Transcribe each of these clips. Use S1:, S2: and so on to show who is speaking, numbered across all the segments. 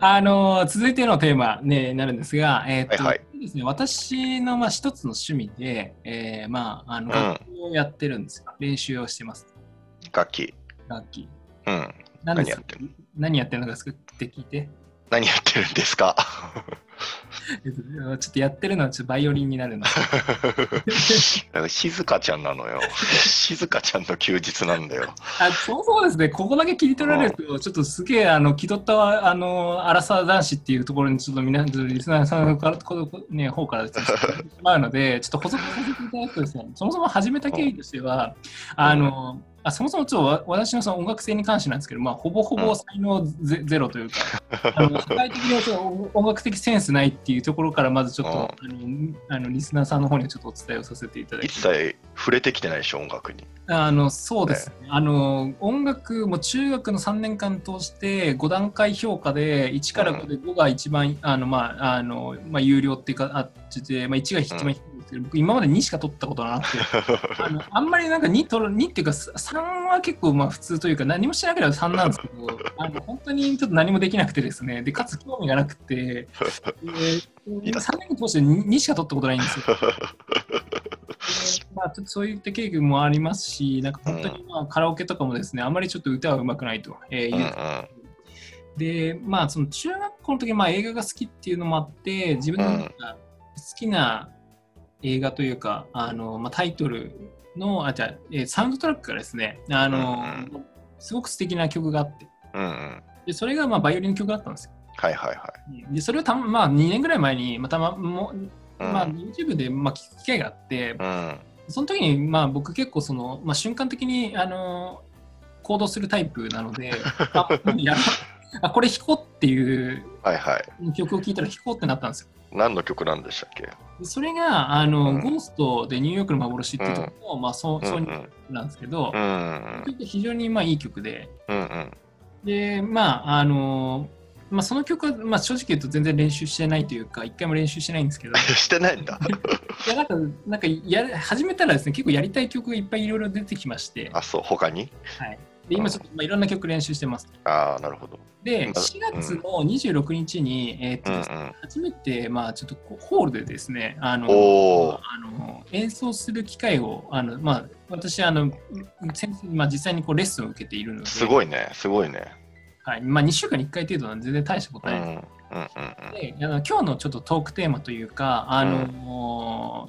S1: あの続いてのテーマに、ね、なるんですが、えーっと
S2: はい
S1: ですね、私の、まあ、一つの趣味で、えーまあ、あの
S2: ん
S1: 楽器をやってるんですよ。練習をしてます、
S2: 楽器。
S1: 楽器。
S2: うん。
S1: 何です
S2: 何やって
S1: 何やってるのか作って聞いて。
S2: 何やってるんですか
S1: えっとちょっとやってるのはちょっとバイオリンになるの。
S2: なんか静香ちゃんなのよ。静香ちゃんの休日なんだよ。
S1: あそうそうですね、ここだけ切り取られると、ちょっとすげえあの気取ったあのアラサー男子っていうところに、ちょっと皆さん、リスナーさんから、このね、方からちょっとしまうので、ちょっと補足させていただくとですね、そもそも始めた経緯としては、あの、あそもそもちょっとわ私のその音楽性に関してなんですけど、まあ、ほぼほぼ才能ゼ,、ゼロというか、あの社会的にちょっと音楽的センスないっていうところから、まずちょっと、あのあのリスナーさんの方にちょっとお伝えをさせていただき
S2: 一切触れてきてないでしょ、音楽に。
S1: あのそうですね、あの音楽も中学の3年間通して5段階評価で1から5で5が一番あの、まああのまあ、有料っていうかあってて、まあ、1が一番低いんですけど、僕今まで2しか取ったことがなくてあのあんまりなんか2取る2っていうか3は結構まあ普通というか何もしなければ3なんですけどあの本当にちょっと何もできなくてですねでかつ興味がなくて、えー、
S2: いな
S1: 3年間通して 2, しか取ったことないん ですよ。まあ、ちょっとそういった経験もありますし、なんか本当にまあカラオケとかもですね、あまりちょっと歌は上手くないと、えー
S2: うんう。
S1: いうんで、まあ、その中学校の時まあ映画が好きっていうのもあって、自分のなんか好きな映画というか、あのまあ、タイトルのあじゃあ、えーサウンドトラックがですね、あのすごく素敵な曲があって、
S2: うんうん。
S1: でそれがまあバイオリンの曲だったんですよ。
S2: はいはいは
S1: でそれをた、まあ、2年ぐらい前に、またまも、
S2: い。うん
S1: まあ、YouTube でまあ聞く機会があって、
S2: うん。
S1: その時にまあ僕結構その、まあ、瞬間的にあの行動するタイプなの であやばあこれ弾こうっていう
S2: はいはい。
S1: 曲を聴いたら弾こうってなったんですよ。
S2: 何の曲なんでしたっけ
S1: でそれがあの、
S2: うん
S1: ゴーストでニューヨークの幻っていうところの、まあ、ソソニックなんですけど、
S2: うんうん
S1: これって非常にまあいい曲で、
S2: うんうん
S1: で、まあ、あの、まあ、その曲は、まあ、正直言うと全然練習してないというか、一回も練習してないんですけど、
S2: うんしてないんだ。
S1: いやなんか、なんかや、始めたらですね、結構やりたい曲がいっぱいいろいろ出てきまして、
S2: あ、そう、他に
S1: で今ちょっとまあいろんな曲練習してます。
S2: ああ、なるほど。
S1: で、
S2: うん
S1: 4月の26日に、えーっ
S2: う
S1: と
S2: んう
S1: ですね
S2: ん。
S1: 初めて、まあ、ちょっとこうホールでですね、あの
S2: おー
S1: あの演奏する機会を、あのまあ、私あの先生、まあ、実際にこうレッスンを受けているので、
S2: すごいね、すごいね。
S1: はいまあ、2週間に1回程度なんで全然大したこと
S2: うん
S1: な
S2: う
S1: いんです
S2: んうんうん。
S1: けど、であの今日のちょっとトークテーマというか、あの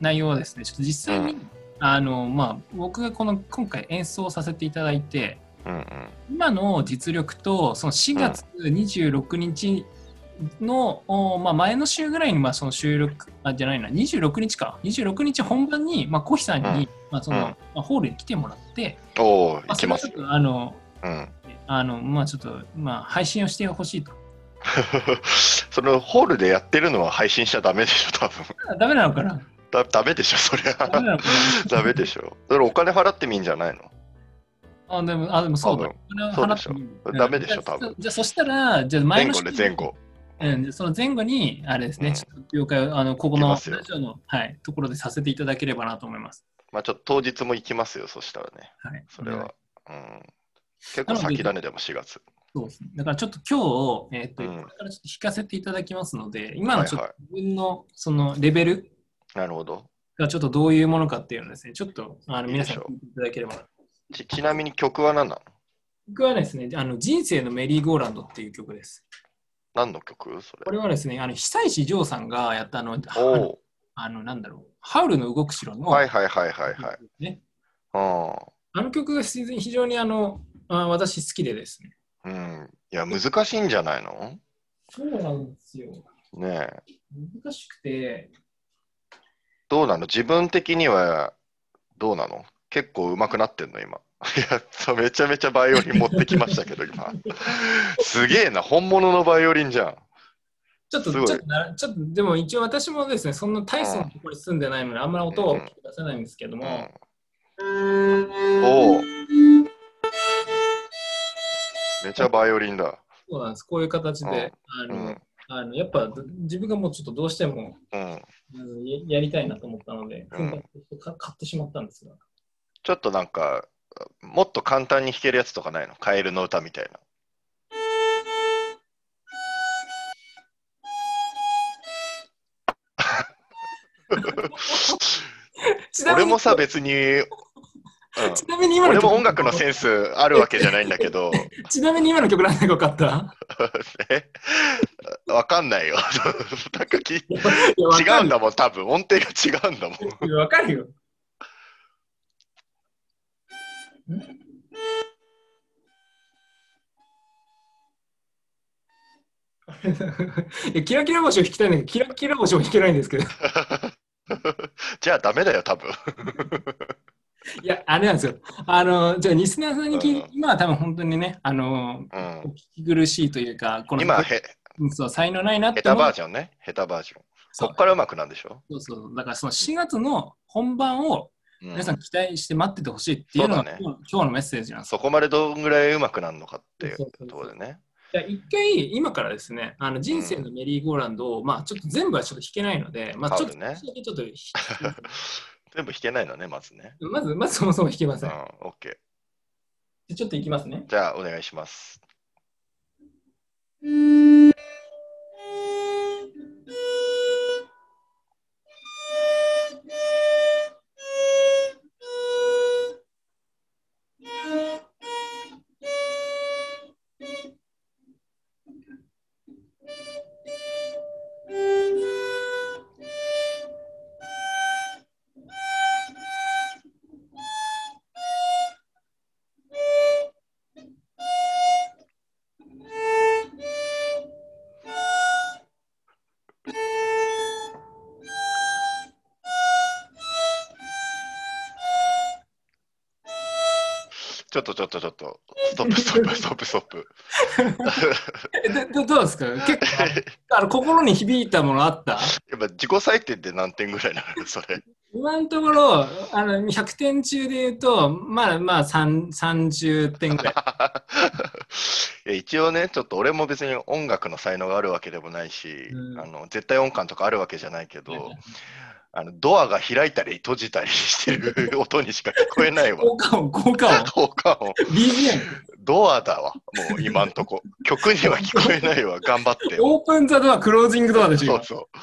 S1: 内容はですね、ちょっと実際に、
S2: う
S1: あのまあ、僕がこの今回演奏させていただいて、
S2: うんうん
S1: 今の実力とその4月26日の、おまあ、前の週ぐらいにまあその収録あじゃないな26日か26日本番に、まあ、コヒさんに、
S2: うん
S1: まあその
S2: うん
S1: まあ、ホールに来てもらって、
S2: おお、
S1: ま
S2: い
S1: あ、そ
S2: け
S1: れ
S2: ま
S1: はちょ
S2: す
S1: っ。とあの
S2: うん。
S1: あのまあちょっとまあ配信をしてほしいと。
S2: そのホールでやってるのは配信しちゃダメでしょ、多分。
S1: あダメなのかな
S2: だダメでしょ、そり
S1: ダメ
S2: ゃ。
S1: なのか
S2: ダメでしょ。それお金払ってみんじゃないの
S1: なあでもあでもそうだ。
S2: 多分
S1: これは
S2: そう
S1: 払
S2: で
S1: っ
S2: してょ
S1: みる
S2: それダメでしょ多分
S1: じゃあじゃあそしたらじゃあ前
S2: 前
S1: の
S2: 後
S1: 週
S2: ね、前後。
S1: うん、その前後に、あれですね、
S2: うん
S1: ちょっと了解を、あのここ
S2: い
S1: の
S2: き
S1: ラ
S2: ます
S1: ジ
S2: よ
S1: オの、はい、ところでさせていただければなと思います。
S2: まあちょっと当日も行きますよ、そしたらね。
S1: はい、
S2: それ
S1: お願い
S2: は。うん。結構先だね、でも4月。
S1: そうですね。だからちょっと今日、えっと
S2: うん
S1: これからちょっと弾かせていただきますので、今のちょっ
S2: はい
S1: と自分のそのレベル
S2: なるほど。
S1: がちょっとどういうものかっていうのをですね、ちょっとあの
S2: いいで
S1: 皆
S2: し
S1: さん
S2: ょう
S1: 聞いていただければな。
S2: ちちなみに曲は何なの
S1: 僕はですね、あの人生のメリーゴーランドっていう曲です。
S2: 何の曲そ
S1: こ
S2: れ。
S1: れはですね、あの久石譲さんがやったあの、あの、
S2: お
S1: あのなんだろう、ハウルの動く城の、
S2: お。はいはいはいはいはい。
S1: ね、
S2: あ
S1: あの曲が非常に非常にあのあ私好きでですね。
S2: あ。うん。いや、難しいんじゃないの
S1: そうなんですよ。
S2: ねえ。
S1: 難しくて、
S2: どうなの自分的にはどうなの結構上手くなってんの今。 いやそうめちゃめちゃバイオリン持ってきましたけど 今。すげえな、本物のバイオリンじゃん。
S1: ちょっと、ち
S2: すご
S1: ょ
S2: い
S1: っとな、ちょっと、でも一応私もですね、そんな大層のところに住んでないので、あんまり音は大きく出せないんですけど
S2: う
S1: も、
S2: ん、おお。めちゃバイオリンだ。
S1: そうなんです、こういう形で、あ
S2: うん。う
S1: の
S2: ん、
S1: あのやっぱ自分がもうちょっとどうしてもうんややりたいなと思ったので、
S2: うん
S1: 今回ちょっとか買ってしまったんですが、
S2: ちょっとなんか、もっと簡単に弾けるやつとかないのカエルの歌みたいな。
S1: ちなみ
S2: 俺
S1: に
S2: もさ、別に、 うん
S1: ちなみに今の
S2: 俺
S1: 曲
S2: も音楽のセンスあるわけじゃないんだけど、
S1: ちなみに今の曲なんでよかった
S2: えわかんないよ。 なんかき違
S1: いやわか
S2: うん
S1: る
S2: だもん、多分音程が違うんだ もん。
S1: いやわかるよ。いやキラキラ星を弾きたいんだけど、キラキラ星を弾けないんですけど、 い
S2: じゃあダメだよ、多分。
S1: や、あれなんですよ。あの、じゃあ、リスナーさんに聞いて
S2: う、ん
S1: 今は多分本当にね、あの、お
S2: うん、
S1: 聞き苦しいというか、この
S2: 今へ、
S1: そう才能ないなっ
S2: 下手
S1: て思う
S2: バージョンね。下手バージョン。
S1: そ
S2: こ
S1: う
S2: っからうまくなんでしょ、
S1: そうそう。だからその4月の本番を
S2: うん
S1: 皆さん期待して待っててほしいっていうのが
S2: そうだね
S1: 今日今日のメッセージなんですよ
S2: そこまでどんぐらいうまくなるのかっていう
S1: そうそうそう
S2: ところでね。
S1: じゃあ一回今からですね、あの人生のメリーゴーランドを、まあちょっと全部はちょっと弾けないので、まあちょっと、
S2: そうだね
S1: 少しだけちょっと弾き
S2: 全部弾けないのね、まずね。
S1: まず、まずそもそも弾けま
S2: う
S1: せ
S2: ん、
S1: ん。
S2: OK。
S1: でちょっといきますね。
S2: じゃあ、お願いします。ちょっとちょっとちょっと、ストップストップストップストップ。
S1: えどどどうですか結構、 あの心に響いたものあった
S2: やっぱ自己採点って何点ぐらいなのそれ。
S1: 今のところ、あの100点中で言うと、まあまあ3 30点ぐらい。
S2: いや一応ね、ちょっと俺も別に音楽の才能があるわけでもないし、
S1: うん
S2: あの絶対音感とかあるわけじゃないけど、
S1: はいはい
S2: あのドアが開いたり閉じたりして る音にしか聞こえないわ。
S1: 効果音、効果音、
S2: 効果音
S1: BGM。
S2: ドアだわ、もう今んとこ。曲には聞こえないわ、頑張って。
S1: オープンザドア、クロージングドアでし
S2: そ
S1: ょ
S2: う。そう。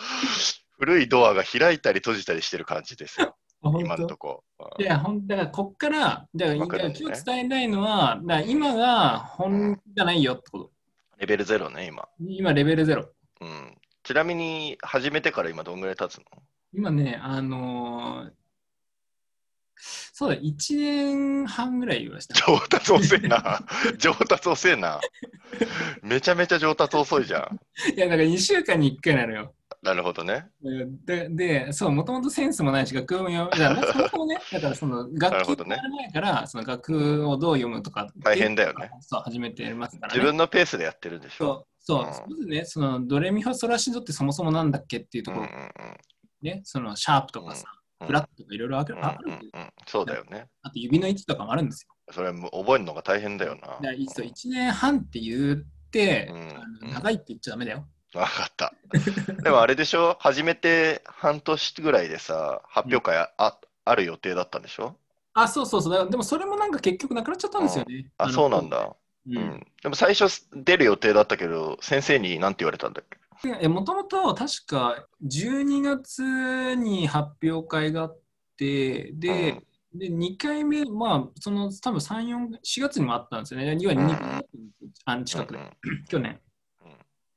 S2: 古いドアが開いたり閉じたりしてる感じですよ、
S1: 今
S2: 今の
S1: 本
S2: とこ。
S1: 当いや、本当だから、こっから、だから、
S2: わかる
S1: 今
S2: んだね
S1: 日伝えたいのは、だから今が本じゃないよってこと。
S2: レベルゼロね、今。
S1: 今、レベルゼロ。
S2: うん、ちなみに、始めてから今どんぐらい経つの
S1: 今ね、あのーそうだ、1年半ぐらい言いました。
S2: 上達遅いな。上達遅いな。めちゃめちゃ上達遅いじゃん。
S1: いや、だから2週間に1回なのよ。
S2: なるほどね。
S1: で、でそう、もともとセンスもないし、楽譜も読む。だから、そもそもね、だからその、
S2: なる
S1: 楽
S2: ほ
S1: 器
S2: ど
S1: が
S2: ね
S1: ある前から、その楽譜をどう読むとかっていうのが。
S2: 大変だよね
S1: そう、始めてますからね。
S2: 自分のペースでやってるんでし
S1: そ
S2: ょ。
S1: う、そう
S2: うん
S1: まずね、そのドレミファソラシドってそもそもなんだっけっていうと
S2: うん
S1: こ
S2: うん
S1: ろ、
S2: うん
S1: ね、そのシャープとかさ、
S2: うん
S1: フラットとかいろいろある
S2: うん
S1: ある
S2: うんうんそうだよね。
S1: あと指の位置とかもあるんですよ。
S2: それはもう覚えるのが大変だよな
S1: だか。らそう1年半って言って、
S2: うん
S1: あの長いって言っちゃダメだよ。
S2: わかった。でもあれでしょ始めて半年ぐらいでさ、発表会あ,あ、ある予定だったんでしょ
S1: あ、そうそうそうだから。でもそれもなんか結局なくなっちゃったんですよね。
S2: あ、
S1: の
S2: そうなん。だ。
S1: う
S2: うんん。でも最初出る予定だったけど、先生に何て言われたんだっけ
S1: えもともと確か12月に発表会があって、で、で、2回目、まあ、その多分3、4、4月にもあったんですよね。要は2回目だったんですよあの近くで
S2: うんうん
S1: 去年。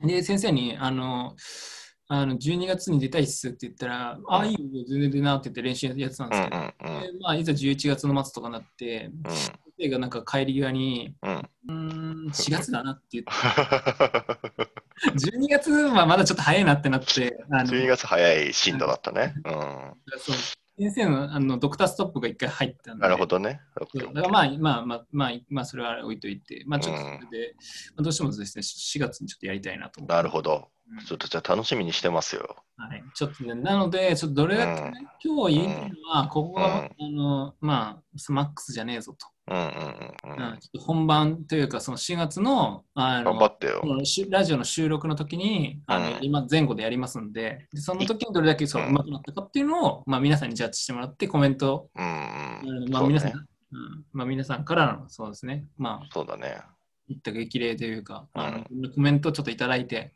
S1: で、先生に、あの、あの12月に出たいっすって言ったら、ああ、いいよ、全然出なって言って練習やってたん
S2: う
S1: で
S2: ん
S1: す
S2: う
S1: けど、
S2: んうん
S1: でまあ、いざ11月の末とかになって、先生がなんか帰り際に、
S2: うんうん。
S1: うーん、4月だなって言 って、12月はまだちょっと早いなってなって、あの
S2: 12月早い進度だったね。う
S1: そう先生のあのドクターストップが一回入ったん
S2: ん。
S1: で、
S2: なるほどね。
S1: そうだからまあ、まあ、まあ、まあ、まあ、それは置いといて、まあ、ちょっとそれで、まあ、どうしてもですね、4月にちょっとやりたいなと思って。
S2: なるほど。
S1: うん
S2: ちょっとじゃあ楽しみにしてますよ。
S1: はい、ちょっとね、なので、ちょっとどれだけ、ね今日言いたいのは、ここは、あの、まあ、マックスじゃねえぞと。
S2: うんうんうんう。
S1: うんんちょっと本番というか、その4月の、あの
S2: 頑張ってよ
S1: こ。のしラジオの収録の時に、あの
S2: うん
S1: 今、前後でやりますんで、でその時にどれだけそううんまくなったかっていうのを、まあ、皆さんにジャッジしてもらって、コメント、
S2: うん
S1: あの
S2: うん。
S1: まあ、
S2: そう
S1: 皆
S2: だ
S1: さん、
S2: ね。
S1: うんまあ、皆さんからの、そうですね、まあ、
S2: そうだね。
S1: 言った激励というか、あの
S2: うん
S1: いろんなコメントをちょっといただいて、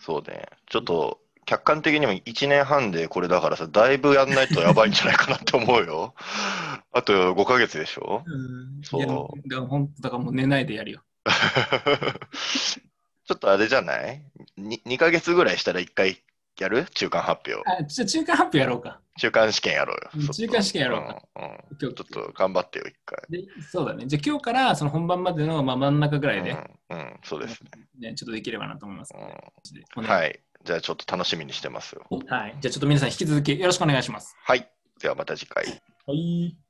S2: そうね。ちょっと客観的にも1年半でこれだからさ、だいぶやんないとやばいんじゃないかなって思うよ。 あと5ヶ月でしょ
S1: うん
S2: そう
S1: いやでもだから本当だからもう寝ないでやるよ。
S2: ちょっとあれじゃないに ?2 ヶ月ぐらいしたら1回やる中間発表。
S1: あ、ちょ中間発表やろうか。
S2: 中間試験やろう
S1: うん
S2: よ。
S1: 中間試験やろうか
S2: うんうん
S1: 今日
S2: ちょっと頑張ってよ、一回。
S1: でそうだね。じゃあ今日からその本番までの、まあ、真ん中ぐらいで、
S2: うん、うん、そうですね。
S1: ね、ちょっとできればなと思いますので。お
S2: うん
S1: 願い
S2: はい。じゃあちょっと楽しみにしてますよ。
S1: はい。じゃあちょっと皆さん引き続きよろしくお願いします。
S2: はい。ではまた次回。
S1: はい。